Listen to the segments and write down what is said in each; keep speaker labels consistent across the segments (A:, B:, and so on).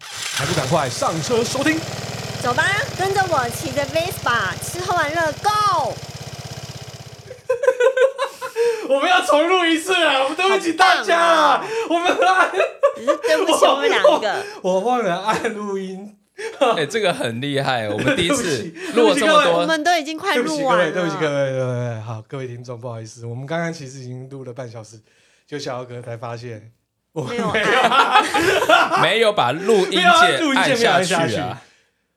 A: 还不赶快上车收听？
B: 走吧，跟着我骑着 Vespa，吃喝玩乐 Go！
C: 我们要重录一次了，我们对不起大家啊，我们按，
B: 只是对不起我们两个，
C: 我忘了按录音，
D: 哎、这个很厉害，我们第一次
C: 对不起
D: 录了这
C: 对
D: 么
C: 不
B: 我
D: 多，
B: 们都已经快
C: 对不起
B: 录
C: 各
B: 完了。
C: 位，对不起各位，对对对，好，各位听众，不好意思，我们刚刚其实已经录了半小时，就小姚哥才发现我
B: 没
C: 们
B: 有
C: 没有
B: 按
D: 没有把录音
C: 没有啊
D: 键
C: 录音
D: 按
C: 键没有按
D: 去
C: 下去
D: 啊。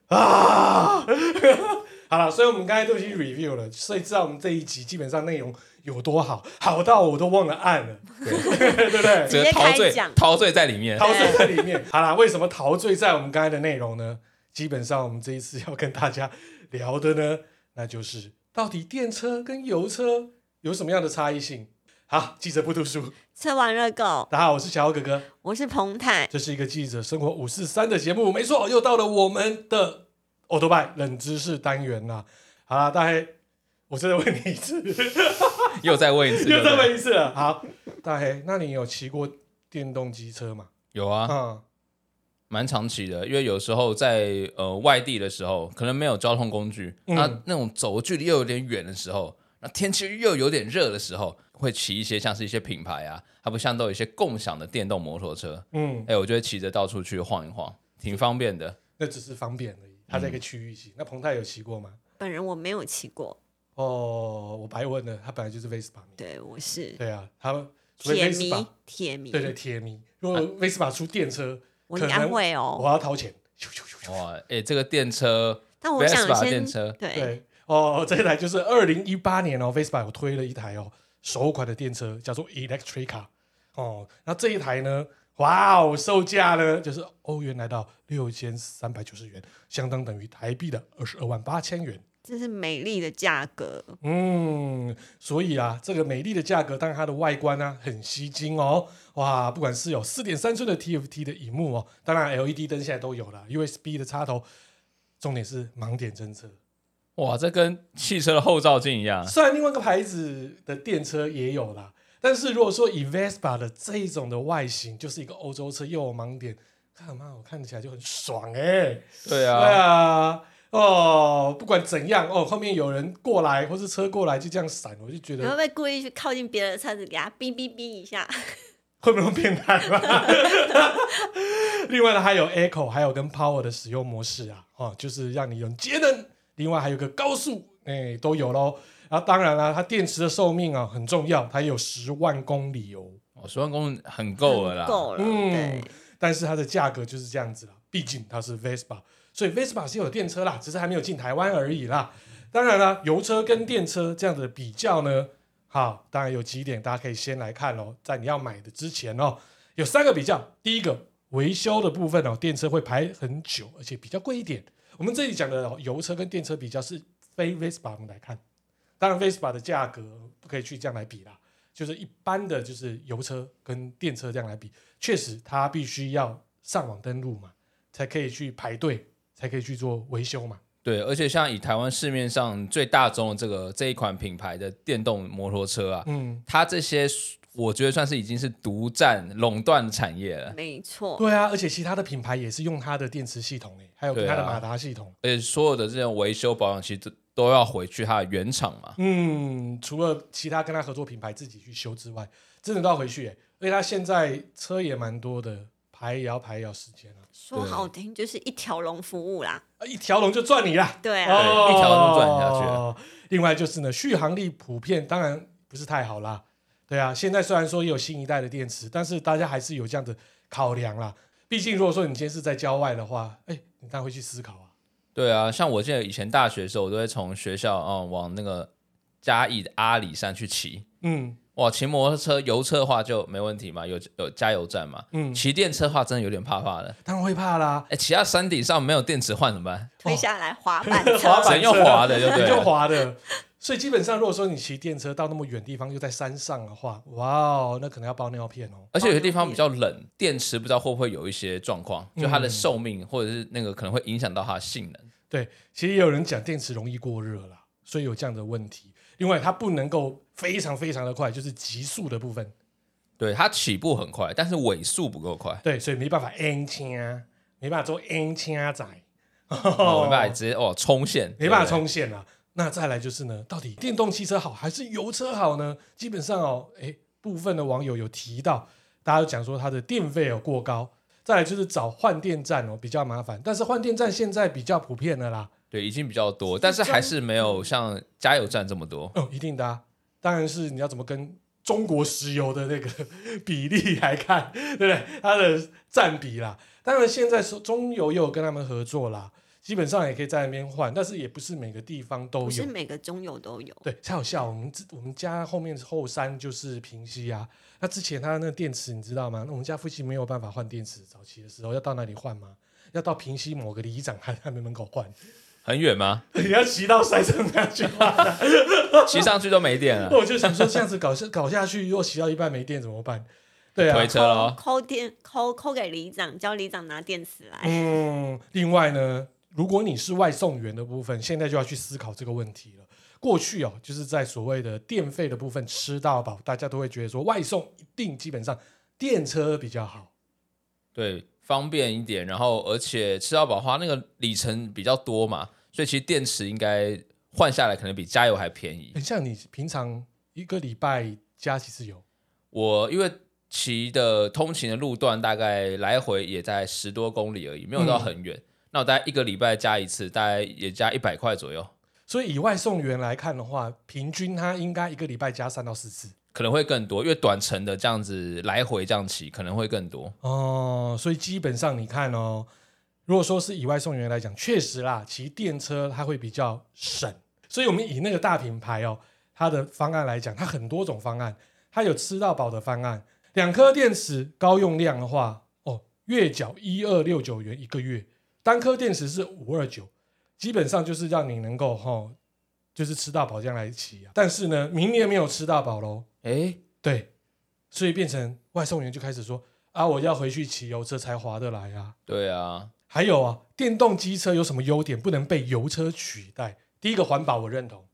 C: 啊。 好了，所以我们刚才都已经 review 了，所以知道我们这一集基本上内容有多好，好到我都忘了按了， 对不对？
D: 这
B: 直接
D: 个陶
B: 开
D: 醉
B: 讲，
D: 陶醉在里 面。
C: 陶醉在里面。好啦，为什么陶醉在我们刚才的内容呢？基本上我们这一次要跟大家聊的呢，那就是到底电车跟油车有什么样的差异性？好，记者不读书，
B: 吃玩乐 Go！
C: 大家好，我是小姚哥哥，
B: 我是彭泰，
C: 这是一个记者生活五四三的节目，没错，又到了我们的 o t o b i 冷知识单元啦。好啦，大黑，我真的问你一次，
D: 又再问一次，
C: 又
D: 对
C: 再
D: 不对
C: 问一次了。好，大黑，那你有骑过电动机车吗？
D: 有啊，
C: 嗯，
D: 蛮常骑的，因为有时候在呃外地的时候，可能没有交通工具，
C: 嗯
D: 那、那种走的距离又有点远的时候，那天气又有点热的时候，会骑一些像是一些品牌啊，它不像都有一些共享的电动摩托车，
C: 嗯，
D: 哎、我就会骑着到处去晃一晃，挺方便的。
C: 那只是方便而已。他在一个区域骑。那彭泰有骑过吗？
B: 本人我没有骑过，
C: 哦，我白问了，他本来就是 Vespa 迷。
B: 对我是
C: 对啊，他除非
B: 铁迷
C: Vespa，，
B: 铁迷，
C: 对对，铁迷。如果 Vespa 出电车，
B: 我
C: 可
B: 安
C: 能
B: 慰
C: 我
B: 哦。
C: 要掏钱。咻咻咻咻
D: 哇，哎、这个电车
B: 但哦我想
D: Vespa
B: 先
D: 电车，
B: 对，
C: 对，哦，这台就是二零一八年哦，Vespa 有推了一台哦首款的电车，叫做 Electrica。哦，那这一台呢，哇哦，售价呢就是欧元来到六千三百九十元，相当等于台币的二十二万八千元。
B: 这是美丽的价格，
C: 嗯，所以啊，这个美丽的价格，但它的外观呢、很吸睛哦。哇，不管是有四点三寸的 TFT 的荧幕哦，当然 LED 灯现在都有了，USB 的插头，重点是盲点侦测。
D: 哇，这跟汽车的后照镜一样，
C: 虽然另外一个牌子的电车也有啦，但是如果说以 Vespa 的这一种的外形，就是一个欧洲车，又有盲点，看妈，我看起来就很爽哎、
D: 对
C: 对
D: 啊，
C: 啊，哦，不管怎样哦，后面有人过来或是车过来就这样闪，我就觉
B: 你
C: 得
B: 会不会故意去靠近别人的车子，给他哔哔哔一下？
C: 会不会变态吧？ 另外呢，还有 Echo，还有跟 Power 的使用模式啊，哦，就是让你有节能。另外还有个高速，哎、都有喽。然后当然啦、它电池的寿命啊很重要，它有十万公里哦。
D: 我十万公里很够了啦，
B: 够了，
C: 嗯
B: 对，
C: 但是它的价格就是这样子啦，毕竟它是 Vespa，所以 Vespa 是有电车啦，只是还没有进台湾而已啦。当然啦，油车跟电车这样的比较呢，好，当然有几点大家可以先来看哦，在你要买的之前哦，有三个比较。第一个，维修的部分哦，电车会排很久，而且比较贵一点。我们这里讲的哦油车跟电车比较是非 Vespa，我们来看，当然 Vespa 的价格不可以去这样来比啦，就是一般的就是油车跟电车这样来比，确实它必须要上网登录嘛，才可以去排队，才可以去做维修嘛。
D: 对，而且像以台湾市面上最大宗的这个这一款品牌的电动摩托车啊，
C: 嗯，
D: 它这些我觉得算是已经是独占垄断的产业了。
B: 没错，
C: 对啊，而且其他的品牌也是用它的电池系统诶、欸还有跟它的
D: 对啊
C: 马达系统。
D: 而且所有的这种维修保养，其实都都要回去它的原厂嘛。
C: 嗯，除了其他跟他合作品牌自己去修之外，真的都要回去、欸。而且他现在车也蛮多的，排也要排也要时间啊，
B: 说好听就是一条龙服务啦，
C: 啊一条龙就赚你啦。
B: 对
E: 哎
B: 啊，
C: 哦，
D: 对一条龙赚下去
C: 了。另外就是呢，续航力普遍当然不是太好啦。对啊，现在虽然说也有新一代的电池，但是大家还是有这样的考量啦。毕竟如果说你今天是在郊外的话，哎、你当然会去思考啊。
D: 对啊，像我记得以前大学的时候，我都会从学校啊、嗯往那个嘉义的阿里山去骑。
C: 嗯
D: 哇，骑摩托车油车的话就没问题嘛，有有加油站嘛。
C: 嗯，
D: 骑电车的话真的有点怕怕的。
C: 当然会怕啦。
D: 哎，骑到山顶上没有电池换怎么办？
B: 推下来滑 板
C: 滑
B: 车，
C: 板
D: 只能用
C: 车
D: 滑的，对不
C: 你 就
D: 对？
C: 滑的。所以基本上，如果说你骑电车到那么远地方，又在山上的话，哇哦，那可能要包尿片哦。
D: 而且有些地方比较冷，电池不知道会不会有一些状况，
C: 嗯
D: 就它的寿命或者是那个可能会影响到它的性能。
C: 对，其实也有人讲电池容易过热啦，所以有这样的问题。另外，它不能够非常非常的快，就是极速的部分。
D: 对，它起步很快，但是尾速不够快。
C: 对，所以没办法 N 啊，没办法做 N 掐仔，
D: 哦没办法直接哦冲线，
C: 没办法
D: 对不对，
C: 冲线啊。那再来就是呢，到底电动汽车好还是油车好呢？基本上哦，诶，部分的网友有提到，大家都讲说它的电费有过高。再来就是找换电站哦，比较麻烦，但是换电站现在比较普遍了啦。
D: 对，已经比较多，但是还是没有像加油站这么多。
C: 哦，一定的、啊，当然是你要怎么跟中国石油的那个比例来看，对不对？它的占比啦，当然现在是中油也有跟他们合作啦，基本上也可以在那边换，但是也不是每个地方都
B: 不
C: 有
B: 是。每个中友都有。
C: 对，才有效。我们之我们家后面后山就是平溪啊，那之前它那个电池你知道吗？那我们家附近没有办法换电池，早期的时候要到哪里换吗？要到平溪某个里长他他们门口换，
D: 很远吗？
C: 你要骑到山上那去换。
D: 骑上去都没电了，
C: 我就想说，这样子搞下搞下去，如果骑到一半没电怎么办？对啊
D: 推，车喽。
B: 扣电扣扣给里长，叫里长拿电池
E: 哎
B: 来。
C: 嗯，另外呢，如果你是外送员的部分，现在就要去思考这个问题了。过去哦，就是在所谓的电费的部分吃到饱，大家都会觉得说外送一定基本上电车比较好。
D: 对，方便一点，然后而且吃到饱花那个里程比较多嘛，所以其实电池应该换下来可能比加油还便宜
C: 很。像你平常一个礼拜加几次油？
D: 我因为骑的通勤的路段大概来回也在十多公里而已，没有到很远。那我大概一个礼拜加一次，大概也加一百块左右，
C: 所以以外送员来看的话，平均他应该一个礼拜加三到四次。
D: 可能会更多，因为短程的这样子来回这样骑可能会更多。
C: 哦，所以基本上你看哦，如果说是以外送员来讲，确实啦，骑电车它会比较省。所以我们以那个大品牌哦，它的方案来讲，它很多种方案，它有吃到饱的方案，两颗电池高用量的话，哦，月缴一二六九元一个月，单颗电池是五二九，基本上就是让你能够哈、哦，就是吃到饱这样来骑啊。但是呢，明年没有吃到饱喽。
D: 哎，
C: 对，所以变成外送员就开始说啊，我要回去骑油车才划得来啊。
D: 对啊，
C: 还有啊，电动机车有什么优点不能被油车取代？第一个环保我认同，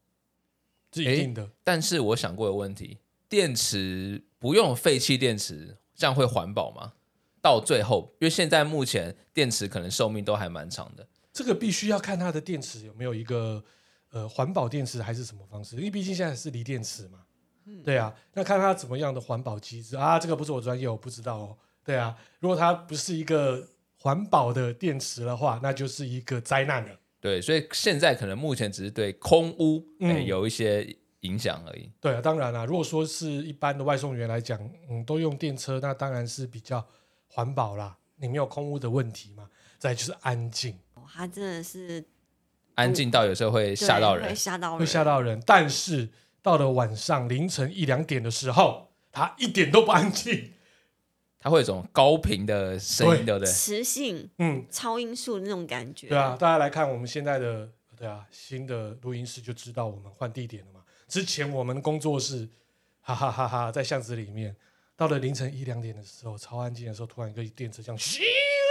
C: 是一定的。
D: 但是我想过的问题，电池不用废弃电池，这样会环保吗？到最后，因为现在目前电池可能寿命都还蛮长的，
C: 这个必须要看它的电池有没有一个呃环保电池还是什么方式，因为毕竟现在是锂电池嘛。对啊，那看它怎么样的环保机制啊，这个不是我专业，我不知道哦。对啊，如果它不是一个环保的电池的话，那就是一个灾难了。
D: 对，所以现在可能目前只是对空污、
C: 嗯
D: 哎有一些影响而已。
C: 对啊，当然啦、如果说是一般的外送员来讲，嗯，都用电车，那当然是比较环保啦，你没有空污的问题嘛。再来就是安静，
B: 哇，他真的是
D: 安静到有时候
B: 对
D: 会吓到
B: 会
D: 人，
B: 吓到
C: 会
B: 人，
C: 吓到人。但是到了晚上凌晨一两点的时候，它一点都不安静。
D: 它会有一种高频的声音，
C: 对
D: 对不对？
B: 磁性
C: 嗯，
B: 超音速那种感觉。
C: 对啊，，大家来看我们现在的对啊新的录音室就知道我们换地点了嘛。之前我们工作室，哈哈哈哈，在巷子里面，到了凌晨一两点的时候，超安静的时候，突然一个电车这样咻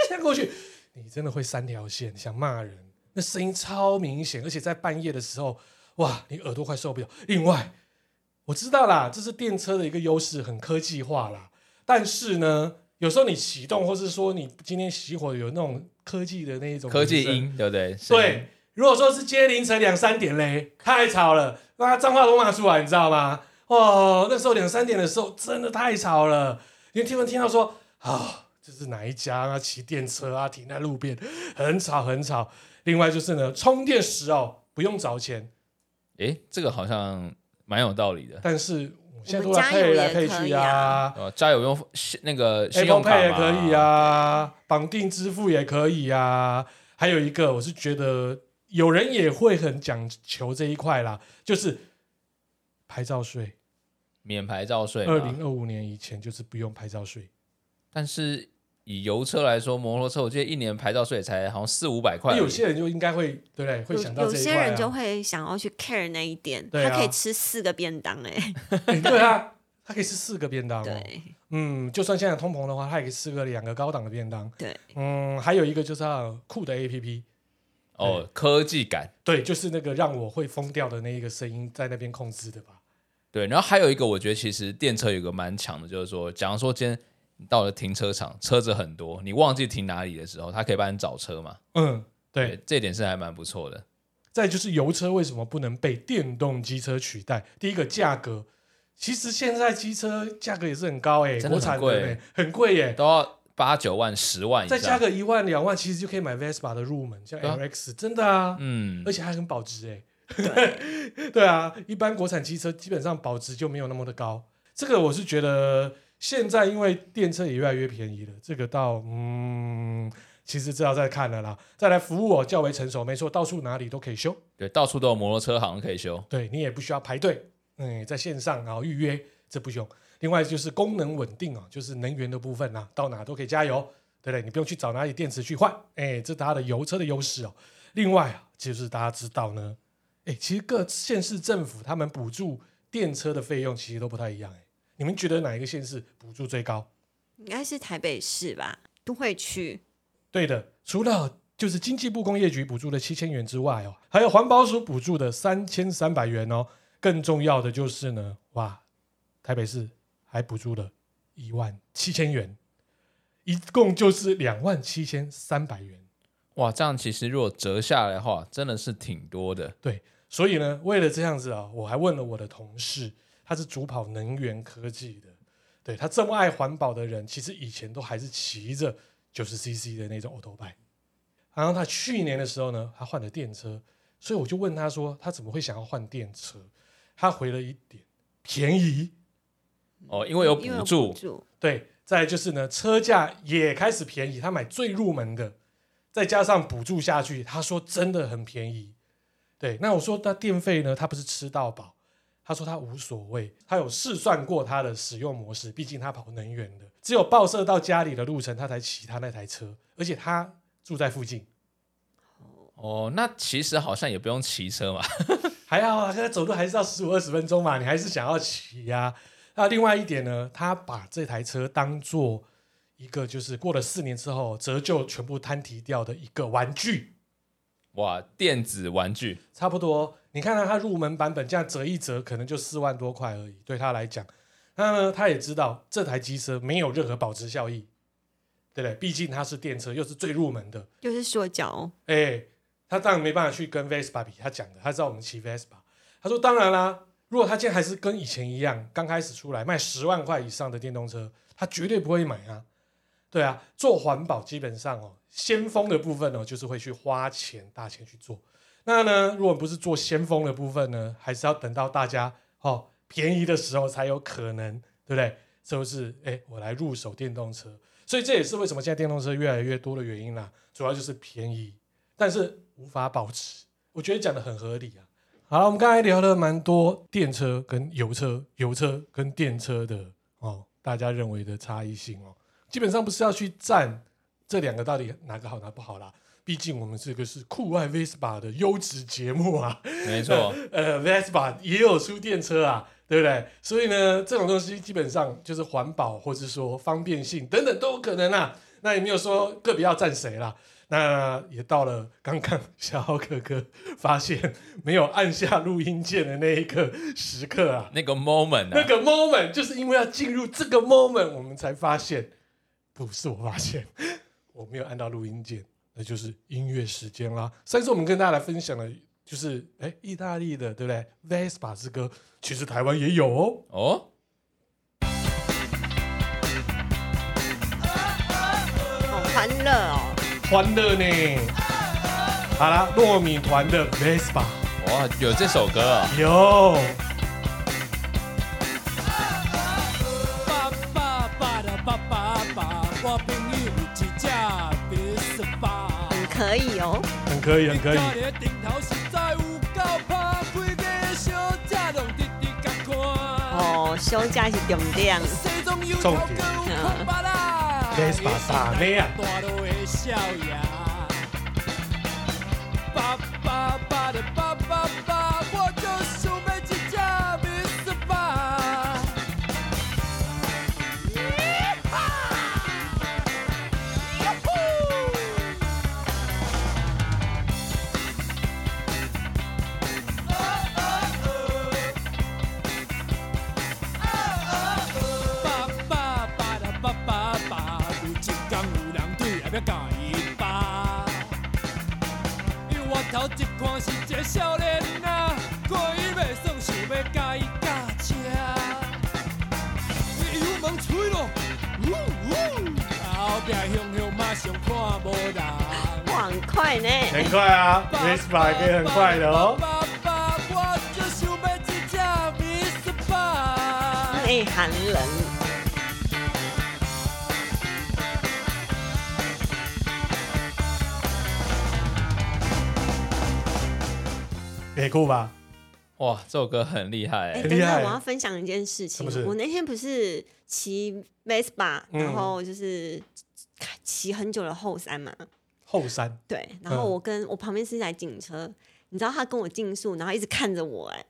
C: 这样过去，你真的会三条线，想骂人，那声音超明显，而且在半夜的时候，哇，你耳朵快受不了。另外，我知道啦，这是电车的一个优势，很科技化啦。但是呢，有时候你启动，或是说你今天熄火，有那种科技的那一种
D: 科技
C: 铃声
D: 音，对不对？声音
C: 对，如果说是接凌晨两三点嘞，太吵了，那脏话都骂出来，你知道吗？哦，那时候两三点的时候真的太吵了，因为听闻听到说啊、这是哪一家啊，骑电车啊，停在路边，很吵很吵。另外就是呢，充电时哦不用找钱，
D: 诶，这个好像蛮有道理的。
C: 但是我现在
B: 我
C: 都
B: 们
C: 要
B: 加油
C: 配来
B: 也
C: 配
B: 可以
C: 去
B: 啊
D: 呃，加油用那个信
C: Apple
D: 用卡
C: Pay 也
D: 嘛
C: 可以，啊，绑定支付也可以啊。还有一个，我是觉得有人也会很讲求这一块啦，就是牌照税。
D: 免牌照税嘛。
C: 二零二五年以前就是不用牌照税，
D: 但是以油车来说，摩托车我记得一年牌照税才好像四五百块而
C: 那
D: 已，
C: 哎有些人就应该会对不对？会
B: 有
C: 想到
B: 有
C: 这一
B: 些
C: 块、啊。
B: 人就会想要去 care 那一点，
C: 对啊
B: 他可以吃四个便当哎、
C: 哎对啊，他可以吃四个便当、哦。
B: 对
C: 嗯，就算现在通膨的话，他也可以吃个两个高档的便当。
B: 对，
C: 嗯，还有一个就是它有酷的 A P P，哎
D: 哦，科技感。
C: 对，就是那个让我会疯掉的那一个声音在那边控制的吧。
D: 对，然后还有一个，我觉得其实电车有一个蛮强的，就是说，假如说今天你到了停车场，车子很多，你忘记停哪里的时候，它可以帮你找车嘛？
C: 嗯，对。，
D: 这点是还蛮不错的。
C: 再就是油车为什么不能被电动机车取代？第一个价格，其实现在机车价格也是很高哎、
D: 真的很
C: 国产的、
D: 贵
C: 欸、很贵耶、
D: 都要八九万、十万以
C: 再加
D: 上。
C: 个一万两万，其实就可以买 Vespa 的入门，像
D: 对啊
C: LX，、真的啊，
D: 嗯
C: 而，且还很保值哎、对 对啊，一般国产机车基本上保值就没有那么的高。这个我是觉得现在因为电车也越来越便宜了，这个到嗯，其实这要再看了啦。再来服务我、较为成熟，没错，到处哪里都可以修，
D: 对，到处都有摩托车行可以修。
C: 对你也不需要排队，嗯，在线上然后预约，这不用。另外就是功能稳定啊，就是能源的部分啊，到哪都可以加油，对不对？你不用去找哪里电池去换，哎，这是它的油车的优势哦。另外啊，就是大家知道呢，哎，其实各县市政府他们补助电车的费用其实都不太一样，哎，你们觉得哪一个县市补助最高？
E: 应该是台北市吧，都会区。
C: 对的，除了就是经济部工业局补助的七千元之外哦，还有环保署补助的三千三百元哦。更重要的就是呢，哇，台北市还补助了一万七千元，一共就是两万七千三百元。
D: 哇，这样其实如果折下来的话，真的是挺多的。
C: 对，所以呢，为了这样子啊，我还问了我的同事，他是主跑能源科技的，对他这么爱环保的人，其实以前都还是骑着九十 CC 的那种 auto bike。然后他去年的时候呢，他换了电车，所以我就问他说，他怎么会想要换电车？他回了一点，便宜。
D: 哦，因为有补
E: 嗯因为有
D: 助，
E: 助，
C: 对，再来就是呢，车价也开始便宜，他买最入门的，再加上补助下去，他说真的很便宜。对，那我说那电费呢？他不是吃到饱，他说他无所谓，他有试算过他的使用模式，毕竟他跑能源的，只有报社到家里的路程他才骑他那台车，而且他住在附近，
D: 哦，那其实好像也不用骑车嘛。
C: 还好啊，现在走路还是要十五二十分钟嘛，你还是想要骑呀、那另外一点呢，他把这台车当做一个就是过了四年之后折旧全部摊提掉的一个玩具，
D: 哇，电子 玩具，
C: 差不多。你看啊到他入门版本这样折一折，可能就四万多块而已，对他来讲。那呢，他也知道这台机车没有任何保值效益，对不对？毕竟它是电车，又是最入门的，
E: 又是说教，
C: 哎、他当然没办法去跟 Vespa 比，他讲的，他知道我们骑 Vespa，他说当然啦，如果他今天还是跟以前一样，刚开始出来卖十万块以上的电动车，他绝对不会买啊。对啊，做环保基本上哦，先锋的部分哦，就是会去花钱大钱去做。那呢，如果不是做先锋的部分呢，还是要等到大家哦便宜的时候才有可能，对不对？就是哎，我来入手电动车，所以这也是为什么现在电动车越来越多的原因啦。主要就是便宜，但是无法保持。我觉得讲的很合理啊。好了，我们刚才聊了蛮多电车跟油车、油车跟电车的哦，大家认为的差异性哦，基本上不是要去站这两个到底哪个好哪不好啦。毕竟我们这个是酷爱 Vespa 的优质节目啊，
D: 没错，
C: 呃，Vespa 也有出电车啊，对不对？所以呢，这种东西基本上就是环保或者说方便性等等都有可能啊。那也没有说个别要站谁啦。那也到了刚刚小豪哥哥发现没有按下录音键的那一个时刻啊，
D: 那个 moment
C: 那
D: 啊，
C: 个 moment 就是因为要进入这个 moment，我们才发现，不是我发现， 我没有按到录音键，那就是音乐时间啦。上次我们跟大家来分享的，就是哎，意大利的对不对？Vespa 之歌，其实台湾也有哦。
D: 哦，
E: 好欢乐哦。
C: 欢乐呢。好啦，糯米团的 Vespa
D: 哇，有这首歌啊，
C: 有，
F: 爸爸爸的爸爸爸，我陪你一起驾别是吧？
E: 很可以哦，
C: 很可以，很可以。
F: 你的顶头实在有够拍，规个小只拢直直甲看。哦，
E: 哦，休假是重点，
F: 西装油头
C: 重
F: 阁
C: 点
F: 有空巴啦，
C: Vespa 大妹啊
F: 大路的少爷。爸爸爸的爸爸爸，我就想要一只别是吧？爸爸爸的爸爸头一看是一个少年啊，看伊袂爽，想要甲伊驾车。伊油门吹咯，呜呜，后壁向向马上看无人。
E: 哇，很快呢。
C: 很快啊，Vespa 也可以很快的哦。
F: 爸爸，我就想要一只 Vespa。
E: 内
B: 哎
E: 涵人，
C: 很酷吧？
D: 哇，这首歌很厉害、
E: 哎、
D: 欸，
C: 很
E: 等
C: 厉
E: 等，
C: 害
E: 我要分享一件事情哦
C: 什么事。
E: 我那天不是骑 Vespa，
C: 嗯
E: 然后就是骑很久的后山嘛，
C: 后山
E: 对。然后
C: 嗯
E: 我跟、我旁边是一台警车，你知道他跟我竞速，然后一直看着我、哎，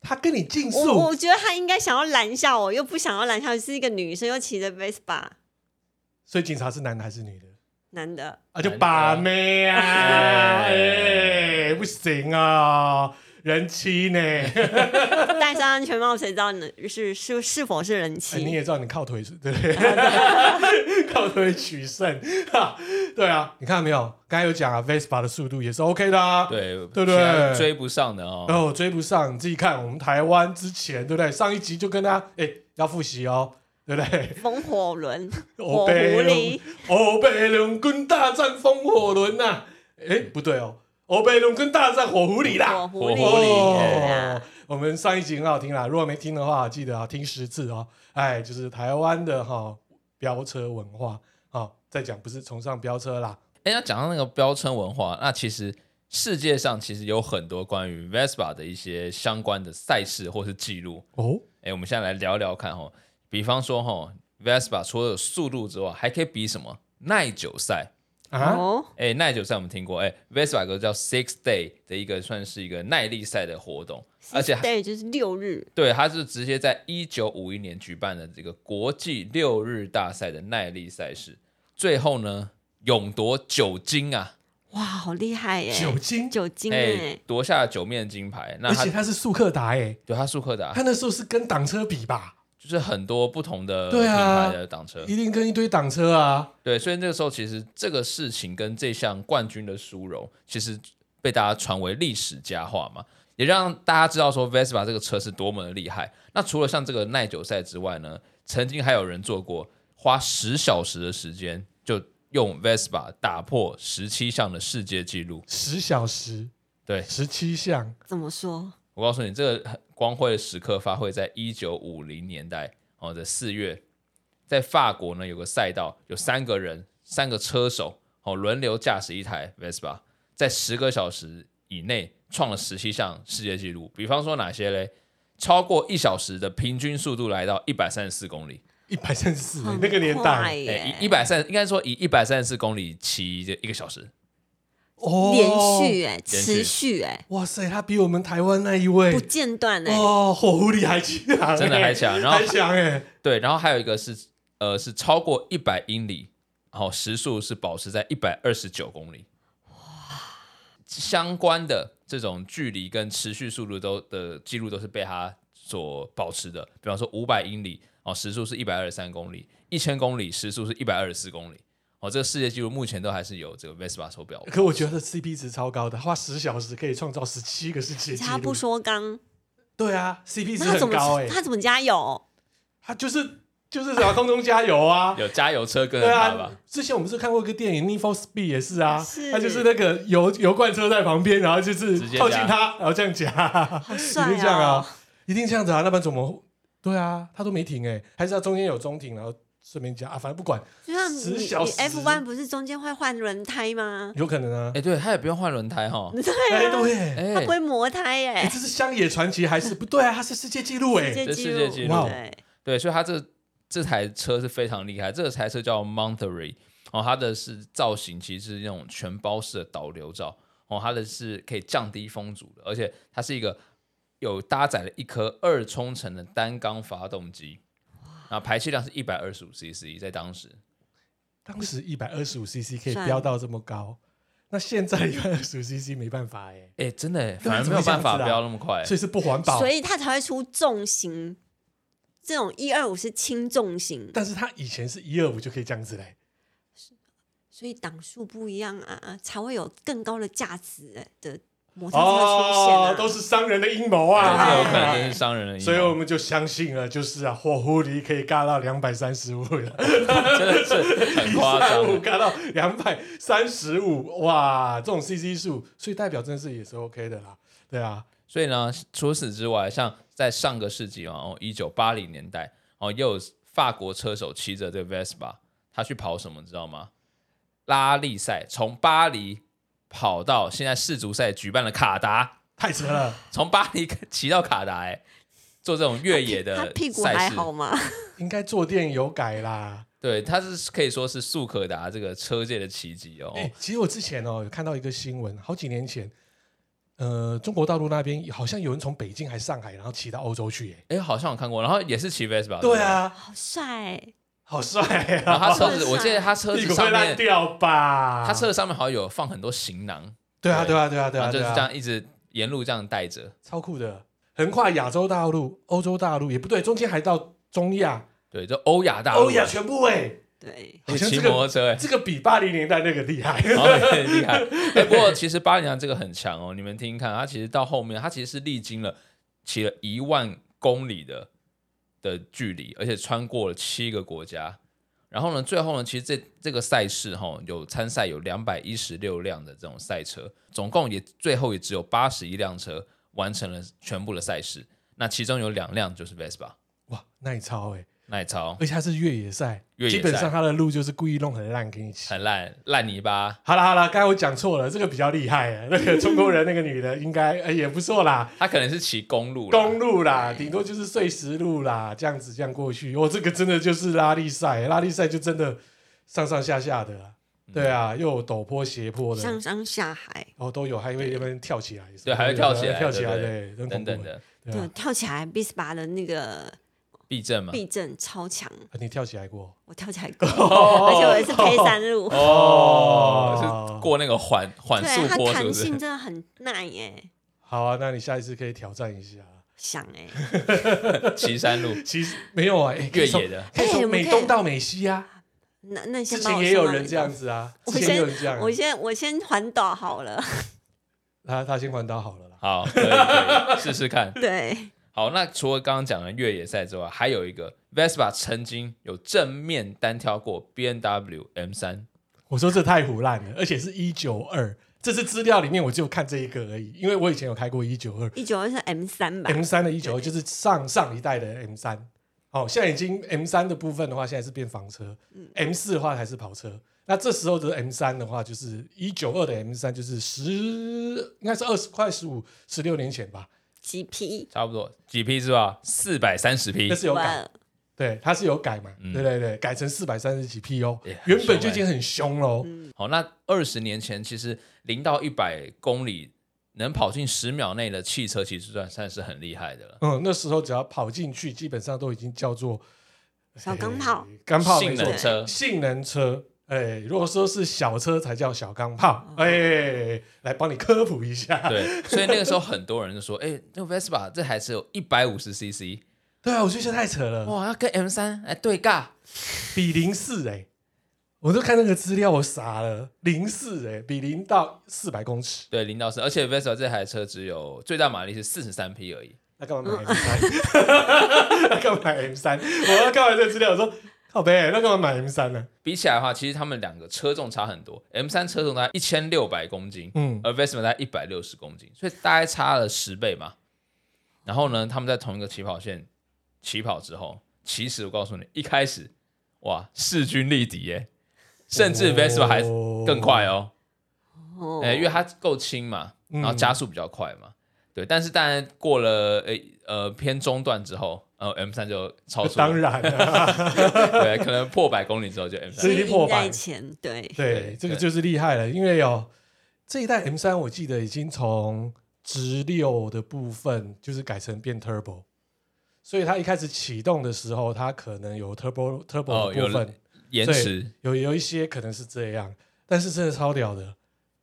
C: 他跟你竞
E: 我
C: 速
E: 我觉得他应该想要拦下我，又不想要拦下我，是一个女生又骑着 Vespa，
C: 所以警察是男的还是女的？
E: 男的。
C: 啊，就把妹啊！哎
D: 哎，
C: 不行啊，人妻呢？
E: 戴上安全帽，谁知道你是是是否是人
C: 哎你
E: 妻？
C: 也知道，你靠腿是对不对？靠腿取胜，哈对啊，你看到没有？刚才有讲啊，Vespa 的速度也是 OK 的啊。。
D: 对
C: 对不
D: 其他
C: 对
D: 追不上的哦，
C: 哦，追不上，你自己看，我们台湾之前对不对？上一集就跟大家哎要复习哦，对不对？哦
E: 风火轮，火
C: 欧
E: 狐
C: 北龙
E: 狸，，
C: 欧北龙哦跟大战风火轮呐、哎，不对哦，欧北龙跟大战火狐狸啦。
E: 火狐
D: 火狐狸
E: 狸，对
C: 哦
E: 啊，
C: 我们上一集很好听啦，如果没听的话，记得啊听十次哦。哎，就是台湾的哈、飙车文化哦，再讲不是崇尚飙车啦，
D: 哎、那讲到那个飙车文化，那其实世界上其实有很多关于 Vespa 的一些相关的赛事或是记录。
C: 哦，
D: 哎、我们现在来聊聊看哈，比方说哈，Vespa 除了有速度之外，还可以比什么耐久赛。
C: 啊，
E: 哦，
D: 哎、耐久赛我们听过，哎、v e s p a 有个叫 Six Day 的一个算是一个耐力赛的活动，而且
E: 对，就是六日，
D: 对，它是直接在一九五一年举办的这个国际六日大赛的耐力赛事，最后呢勇夺九金啊，
E: 哇，好厉害耶！
C: 酒精，
E: 酒精
D: 哎、
E: 哎，
D: 夺下了九面金牌。那
C: 而
D: 他啊
C: 且他是速克达哎、
D: 对他速克达
C: 他那时候是跟挡车比吧，
D: 就是很多不同的品
C: 对啊
D: 牌的挡车，
C: 一定跟一堆挡车啊，
D: 对，所以那个时候其实这个事情跟这项冠军的殊荣，其实被大家传为历史佳话嘛，也让大家知道说 Vespa 这个车是多么的厉害。那除了像这个耐久赛之外呢，曾经还有人做过花十小时的时间就用 Vespa 打破十七项的世界纪录。
C: 十小时，
D: 对
C: 十七项，
E: 怎么说？
D: 我告诉你，这个光辉的时刻发挥在一九五零年代哦的四月，在法国呢有个赛道，有三个人，三个车手哦轮流驾驶一台 Vespa，在十个小时以内创了十七项世界纪录。比方说哪些嘞？超过一小时的平均速度来到一百三十四公里，
C: 一百三十四，
E: 很
C: 嗯那个年
E: 快
C: 代
D: 哎
E: 耶，
D: 以一百三应该说以一百三十四公里骑一个小时，
C: 哦，
E: 连续哎，
D: 续
E: 持续哎，
C: 哇塞，他比我们台湾那一
E: 不
C: 位
E: 间断哎，
C: 哦，火狐狸还强欸、
D: 真的还强然后
C: 还强哎、
D: 对，然后还有一个是呃是超过一百英里，然后时速是保持在一百二十九公里。相关的这种距离跟持续速度都的记录都是被他所保持的，比方说五百英里哦，时速是一百二十三公里，一千公里时速是一百二十四公里。哦，这个世界纪录目前都还是有这个 Vespa 手表。
C: 可我觉得 CP 值超高的，花十小时可以创造十七个世界纪
E: 他
C: 录
E: 不。说刚，
C: 对啊，CP 值
E: 那他怎
C: 很高哎、
E: 么他怎么加油？
C: 他就是就是什么空中加油啊，
D: 有加油车跟着
C: 对
D: 他吧
C: 啊。，之前我们是看过一个电影《Need for Speed》也是啊，
E: 是
C: 他就是那个油油罐车在旁边，然后就是
D: 直接
C: 靠近
D: 夹
C: 他，然后这样夹，
E: 好帅
C: 一定这样
E: 哦！
C: 啊，一定这样子啊，那不然怎么？对啊，他都没停哎、还是他中间有中停，然后顺便加啊，反正不管，
E: 就像你
C: 十
E: 你
C: 小时
E: F one 不是中间会换轮胎吗？
C: 有可能啊
D: 哎、，对，他也不用换轮胎哈。
C: 哎、
E: 对啊，
C: 对、
D: 哎、
E: 它不会磨胎
C: 哎
E: 耶
C: 这，是乡野传奇还是不对啊？它是世界纪录哎、
D: 这
E: 纪
D: 世
E: 录
D: 界纪
C: 录哇哦
E: 对，
D: 对，所以它这这台车是非常厉害。这台车叫 Monterey，哦，它的是造型其实是那种全包式的导流罩，哦，它的是可以降低风阻的，而且它是一个有搭载了一颗二冲程的单缸发动机，啊，排气量是一百二十五 CC，在当时
C: 当时一百二十五 CC 可以
E: 算
C: 飙到这么高，那现在一百二十五 CC 没办法哎、
D: 哎，真的耶
C: 对啊
D: 反而
C: 怎
D: 没
C: 么会
D: 有
C: 这
D: 办
C: 样
D: 法
C: 子啊
D: 飙那么快。
C: 所以是不环保
E: 所。以它才会出重型，这种一二五是轻重型，
C: 但是它以前是一二五就可以这样子嘞、
E: 所以档数不一样啊，才会有更高的价值的摩擦车出现啊
C: 哦，都是商人的阴谋啊！
D: 对这有可能真是商人的阴 谋，
C: 所以我们就相信了，就是啊，火狐狸可以尬到两百三十五了，
D: 真的是很夸
C: 三五
D: 张。
C: 尬到两百三十五，哇，这种 CC 数，所以代表真的是也是 OK 的啦，对啊，
D: 所以呢，除此之外，像在上个世纪啊，哦，一九八零年代，哦，又有法国车手骑着这个 Vespa，他去跑什么，你知道吗？拉力赛，从巴黎跑到现在世足赛举办了卡达，
C: 太扯了，
D: 从巴黎骑到卡达、哎，做这种越野
E: 他
D: 的
E: 屁股
D: 赛
E: 还
D: 事。
E: 好吗？
C: 应该坐垫有改啦。
D: 对，他是可以说是速可达这个车界的奇迹哦。
C: 哎、其实我之前哦有看到一个新闻，好几年前，呃，中国大陆那边好像有人从北京还上海，然后骑到欧洲去、耶。
D: 哎、好像有看过，然后也是骑 Vespa。
C: 对
D: 不，
C: 啊，
E: 好帅，
C: 好帅啊！
D: 然后他车
E: 真
D: 子，
E: 的是
D: 我记得他车
C: 屁
D: 子
C: 股
D: 上
C: 会烂
D: 面，
C: 掉吧？
D: 他车子上面好像有放很多行囊，
C: 对啊，
D: 对
C: 对啊，对啊，对
D: 然
C: 啊，
D: 后就
C: 对
D: 是
C: 啊
D: 这样一直沿路这样带着。
C: 超酷的，横跨亚洲大陆、欧洲大陆也不对，中间还到中亚、
D: 对，就欧亚大陆，
C: 欧亚全部哎、欸，
E: 对，
D: 哎
C: 好像
D: 骑
C: 这个
D: 摩托 哦车、哎，
C: 这个比八零年代那个厉害。
D: 然后很厉害。哎，不过其实巴黎娘这个很强哦，你们听听看，他其实到后面，他其实是历经了骑了一万公里的的距离，而且穿过了七个国家。然后呢，最后呢，其实这这个赛事哈、有参赛有两百一十六辆的这种赛车，总共也最后也只有八十一辆车完成了全部的赛事。那其中有两辆就是 Vespa
C: 哇，耐操哎、欸，
D: 耐操，
C: 而且它是越野赛，
D: 越野赛
C: 基本上它的路就是故意弄很烂给你骑。
D: 很烂烂泥巴，
C: 好啦好啦，刚才我讲错了，这个比较厉 害欸。那个中国人那个女的应该、呃也不错啦，
D: 他可能是骑公路啦，
C: 公路啦，顶多就是碎石路啦，这样子这样过去。哦，这个真的就是拉力赛，拉力赛就真的上上下下的啦。
D: 嗯
C: 对啊，又有陡坡斜坡的，
E: 上山下海，
C: 哦，都有，还会那边跳起来，
D: 对，还会跳起来，
C: 跳起来，
D: 对
C: 对，
D: 不
C: 很
D: 对等
C: 恐怖
D: 等，的
C: 对
E: 对
C: 啊，
E: 跳起来 b i s p a 的那个
D: 避震嘛，
E: 避震超强，
C: 啊你跳起来过？
E: 我跳起来 过，而且我也是陪山路，
D: 哦，是过那个缓缓速
E: 对，它
D: 坡，是不
E: 弹性
D: 是？
E: 真的很耐耶，
C: 好啊，那你下一次可以挑战一下。
E: 想哎，
D: 骑山 路，
C: 其实没有啊，哎可
D: 越
C: 以从
D: 野的
C: 可以
E: 哎我
C: 从
E: 们
C: 美
E: 可以
C: 东到美西啊，
E: 那那
C: 之
E: 先帮
C: 前
E: 我
C: 也
E: 送
C: 有
E: 到
C: 人
E: 美
C: 这样
E: 国，
C: 子啊，
E: 我
C: 之前也有
E: 先
C: 人这样啊，
E: 我先我先环岛 好了，
C: 他他先环岛好了啦。
D: 好，可以可以试试看。
E: 对，
D: 好，那除了刚刚讲的越野赛之外，还有一个 Vespa 曾经有正面单挑过 B N W M 三，
C: 我说这太胡烂了，而且是一九二，这是资料里面我只有看这一个而已，因为我以前有开过一九二
E: 一九二是 M 三吧，
C: M 三的一九二，就是上上一代的 M 三。哦，现在已经 M 三的部分的话，现在是变房车、m 四的话还是跑车。那这时候的 M 三的话，就是一九二的 M 三，就是十应该是二十快十五十六年前吧，
E: g p
D: 差不多几匹是吧？四百三十匹
C: 那，是有改
E: 哇，
C: 对，它是有改嘛，
D: 嗯
C: 对对对，改成四百三十几 P 哦
D: 也，很欸
C: 原本就已经很凶喽，
D: 好，那二十年前其实零到一百公里能跑进十秒内的汽车，其实算算是很厉害的了。
C: 嗯，那时候只要跑进去，基本上都已经叫做
E: 小钢炮
C: 哎钢炮
D: 性
C: 没错
D: 能车
C: 性能车。哎，如果说是小车才叫小钢炮，
E: 哦
C: 哎，来帮你科普一下。
D: 对，所以那个时候很多人就说：“哎、这 Vespa 这台车有一百五十 CC，
C: 对啊，我觉得太扯了，
D: 哇，要跟 M 三哎对尬，
C: 比零四哎，我都看那个资料，我傻了，零四哎，比零到四百公尺，
D: 对，零到四，而且 Vespa 这台车只有最大马力是四十三匹而已。
C: 那干
E: 嗯
C: 嘛买 M 三？ 那干嘛买 M 三？我要看完这个资料，我说靠北，那干嘛买 M 三呢？
D: 比起来的话，其实他们两个车重差很多。M 三车重大概一千六百公斤，
C: 嗯
D: 而 Vespa 大概一百六十公斤，所以大概差了十倍嘛。然后呢，他们在同一个起跑线起跑之后，其实我告诉你，一开始哇势均力敌耶，甚至
C: 哦
D: Vespa 还更快哦，
E: 哦
D: 哎、因为它够轻嘛，然后加速比较快嘛，对。但是当然过了呃呃偏中段之后，呃 M 三就超出了，
C: 哦当然啊了，
D: 对，可能破百公里之后就 M
C: 这
D: 三
C: 已经破
E: 赢
C: 百
E: 在前，对，
C: 对
D: 对，
C: 这个
D: 对
C: 就是厉害了，因为哦，这一代 M 三我记得已经从直六的部分就是改成变 Turbo，所以它一开始启动的时候，它可能有 Turbo Turbo
D: 哦
C: 的
D: 有
C: 部分
D: 延迟，
C: 有有一些可能是这样，但是真的超屌的，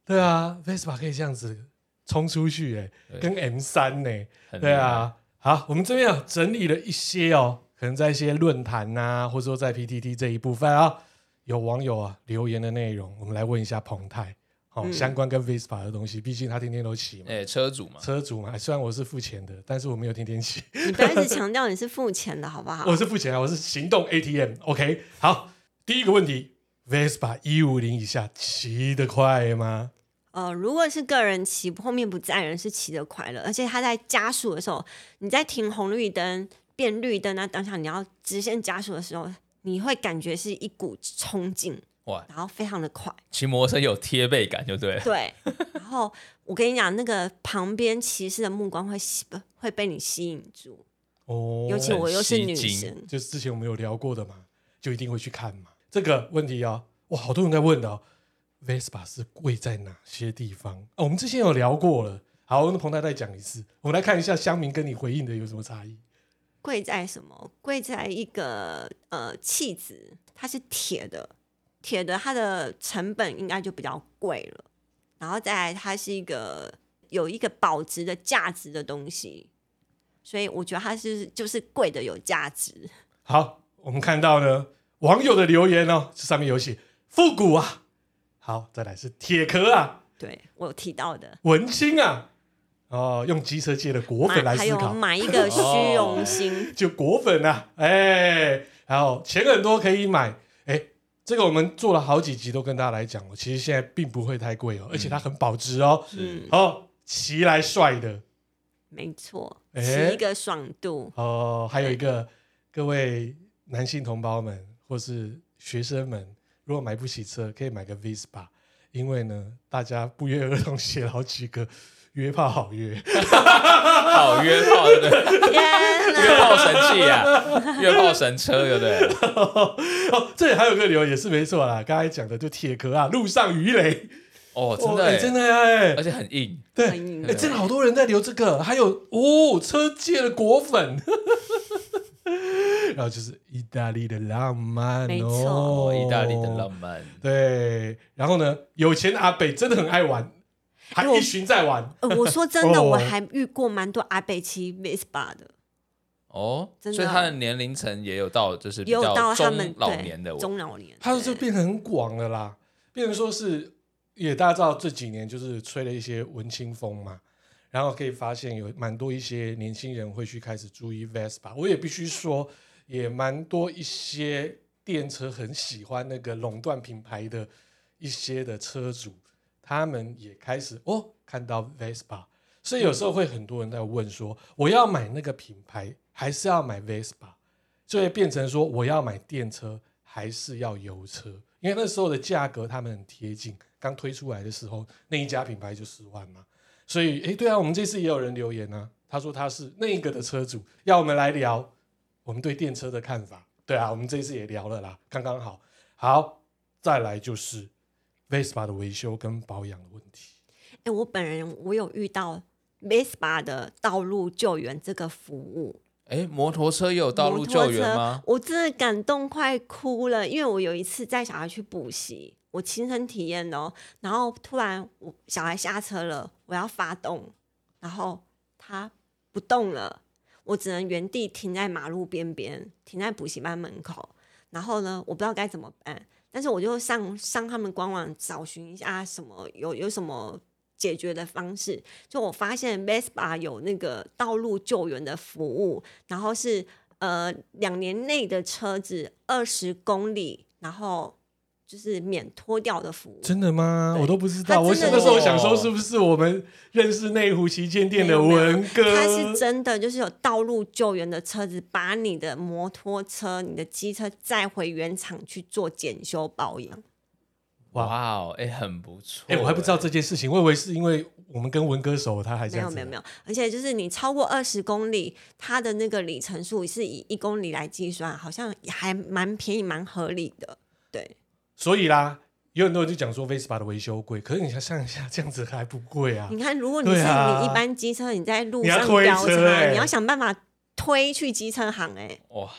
C: 对啊，Vespa 可以这样子冲出去、欸，
D: 对
C: 跟 M 三呢、
D: 很
C: 对
D: 厉害，
C: 啊，好，我们这边啊整理了一些哦，可能在一些论坛啊，或者说在 PTT 这一部分啊，有网友啊留言的内容，我们来问一下彭泰
D: 嗯
C: 哦，相关跟 Vespa 的东西，毕竟他天天都骑嘛，
D: 哎、车主嘛，
C: 车主嘛。虽然我是付钱的，但是我没有天天骑，
E: 你不要一直强调你是付钱的好不好
C: 我？是付钱啊，我是行动 ATM。OK，好，第一个问题，Vespa 一五零以下骑得快吗？
E: 呃，如果是个人骑，后面不载人是骑得快乐，而且他在加速的时候，你在停红绿灯变绿灯那当下，你要直线加速的时候，你会感觉是一股冲劲，
D: 哇，
E: 然后非常的快。
D: 骑摩托车有贴背感就对了。
E: 对，然后我跟你讲，那个旁边骑士的目光会吸，不会被你吸引住，
C: 哦，
E: 尤其我又是
D: 吸
E: 女
D: 睛
E: 生，
C: 就是之前我们有聊过的嘛，就一定会去看嘛。这个问题啊，哇，好多人在问的、哦、，Vespa 是贵在哪些地方、哦？我们之前有聊过了。好，那彭太太讲一次，我们来看一下乡民跟你回应的有什么差异。
E: 贵在什么？贵在一个呃气质，它是铁的，铁的它的成本应该就比较贵了，然后再来它是一个有一个保值的价值的东西，所以我觉得它是就是贵的有价值。
C: 好，我们看到呢网友的留言哦，这上面有写复古啊，好，再来是铁壳啊，
E: 对我有提到的，
C: 文青啊，哦，用机车界的果
E: 买
C: 粉来
E: 还
C: 思
E: 有
C: 考，
E: 买 一
C: 哦
E: 个虚荣心，
C: 就果粉啊，哎，然后钱很多可以买，哎，这个我们做了好几集都跟大家来讲哦，其实现在并不会太贵哦，而且它很保值哦，
E: 嗯，
C: 哦，骑来帅的
E: 没错，
C: 哎
E: 骑一个爽 度，
C: 哦，还有一个各位男性同胞们或是学生们，如果买不起车，可以买个 Vespa，因为呢，大家不约而同写了好几个 约炮好约，
D: 好约炮，对不对？
E: 天 哪！
D: 约炮神器啊，约炮神车，对不对？
C: 哦，这里还有个理由也是没错啦，刚才讲的就铁壳啊，路上鱼雷，
D: 哦，真
C: 哦
D: 的耶、
C: 哎真的哎、
D: 而且很硬。
C: 对，
E: 很硬
C: 哎、真的好多人在留这个，还有哦，车界的果粉， 然后就是意大利的浪漫、哦，
E: 没错
D: 哦，意大利的浪漫，
C: 对，然后呢，有钱的阿北真的很爱玩，还一群在玩，
E: 呃，我说真的，
C: 哦
E: 我还遇过蛮多阿北骑 Vespa 的，
D: 哦，所
E: 真的
D: 以他的年龄层也有到，就是比
E: 也有
D: 较
E: 到他
D: 中
E: 们
D: 老
E: 对
D: 年的我，
E: 中老年，
C: 他
E: 对
C: 就变得很广了啦，变成说是也大家知道这几年就是吹了一些文青风嘛，然后可以发现有蛮多一些年轻人会去开始注意 Vespa，我也必须说，也蛮多一些电车很喜欢那个垄断品牌的一些的车主，他们也开始哦看到 Vespa，所以有时候会很多人在问说，我要买那个品牌还是要买 Vespa？就会变成说我要买电车还是要油车，因为那时候的价格他们很贴近，刚推出来的时候那一家品牌就十万嘛，所以诶，对啊，我们这次也有人留言啊，他说他是那一个的车主，要我们来聊我们对电车的看法，对啊，我们这次也聊了啦，刚刚好，好，再来就是 Vespa 的维修跟保养的问题，
E: 哎、我本人我有遇到 Vespa 的道路救援这个服务，
D: 哎，摩托车也有道路
E: 摩托
D: 救援
E: 车
D: 吗？
E: 我真的感动快哭了，因为我有一次带小孩去补习，我亲身体验的哦，然后突然我小孩下车了，我要发动，然后他不动了，我只能原地停在马路边边，停在补习班门口，然后呢，我不知道该怎么办，但是我就上上他们官网找寻一下什么有有什么解决的方式。就我发现 Vespa 有那个道路救援的服务，然后是呃两年内的车子二十公里，然后就是免拖掉的服务。
C: 真的吗？
E: 对
C: 我都不知
E: 他
C: 道，我
E: 真的
C: 那时候
D: 有
C: 想说是不哦是我们认识内湖旗舰店
E: 没
C: 的
E: 有没有
C: 文哥，
E: 它是真的，就是有道路救援的车子把你的摩托车、你的机车载回原厂去做检修保养。
C: 哇
D: 哇哦，哎，很不错。
C: 哎、我还不知道这件事情，我以为是因为我们跟文歌手他还这
E: 没
C: 样
E: 有
C: 子。
E: 没有没
C: 有。
E: 有，而且就是你超过二十公里，它的那个里程数是以一公里来计算，好像也还蛮便宜，蛮合理的。对，
C: 所以啦，有很多人就讲说 Vespa 的维修贵，可是你想想一下，这样子还不贵啊
E: 你？看，如果你
C: 对
E: 是
C: 啊
E: 你一般机车，你在路
C: 你要
E: 上
C: 推
E: 飙
C: 车
E: 车，
C: 欸
E: 你要想办法推去机车行、欸。哎，
D: 哇，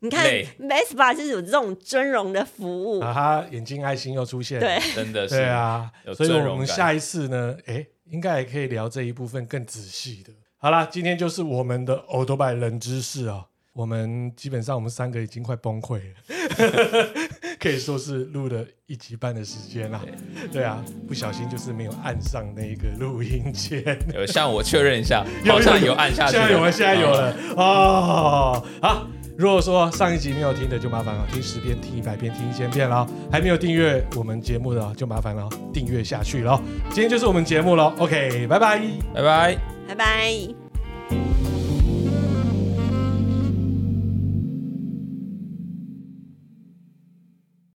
E: 你看
D: 累
E: Vespa 是有这种尊荣的服务，
C: 啊哈，眼睛爱心又出现。
E: 对，
D: 真的是
C: 对，啊
D: 有，
C: 所以
D: 尊
C: 我
D: 荣
C: 们
D: 感
C: 下一次呢，哎、应该也可以聊这一部分更仔细的。好啦，今天就是我们的 o d o b 啊 i 冷知识哦。我们基本上我们三个已经快崩溃了， 可以说是录了一集半的时间啦。对啊，不小心就是没有按上那个录音键。
D: 有向我确认 一下，好像有按下去
C: 现
D: 了，
C: 在有了，现在有了哦。好，如果说上一集没有听的，就麻烦了，听十遍、听一百遍、听一千遍了。还没有订阅我们节目的，就麻烦了，订阅下去了。今天就是我们节目了，OK，拜拜。
D: 拜拜。
E: 拜拜。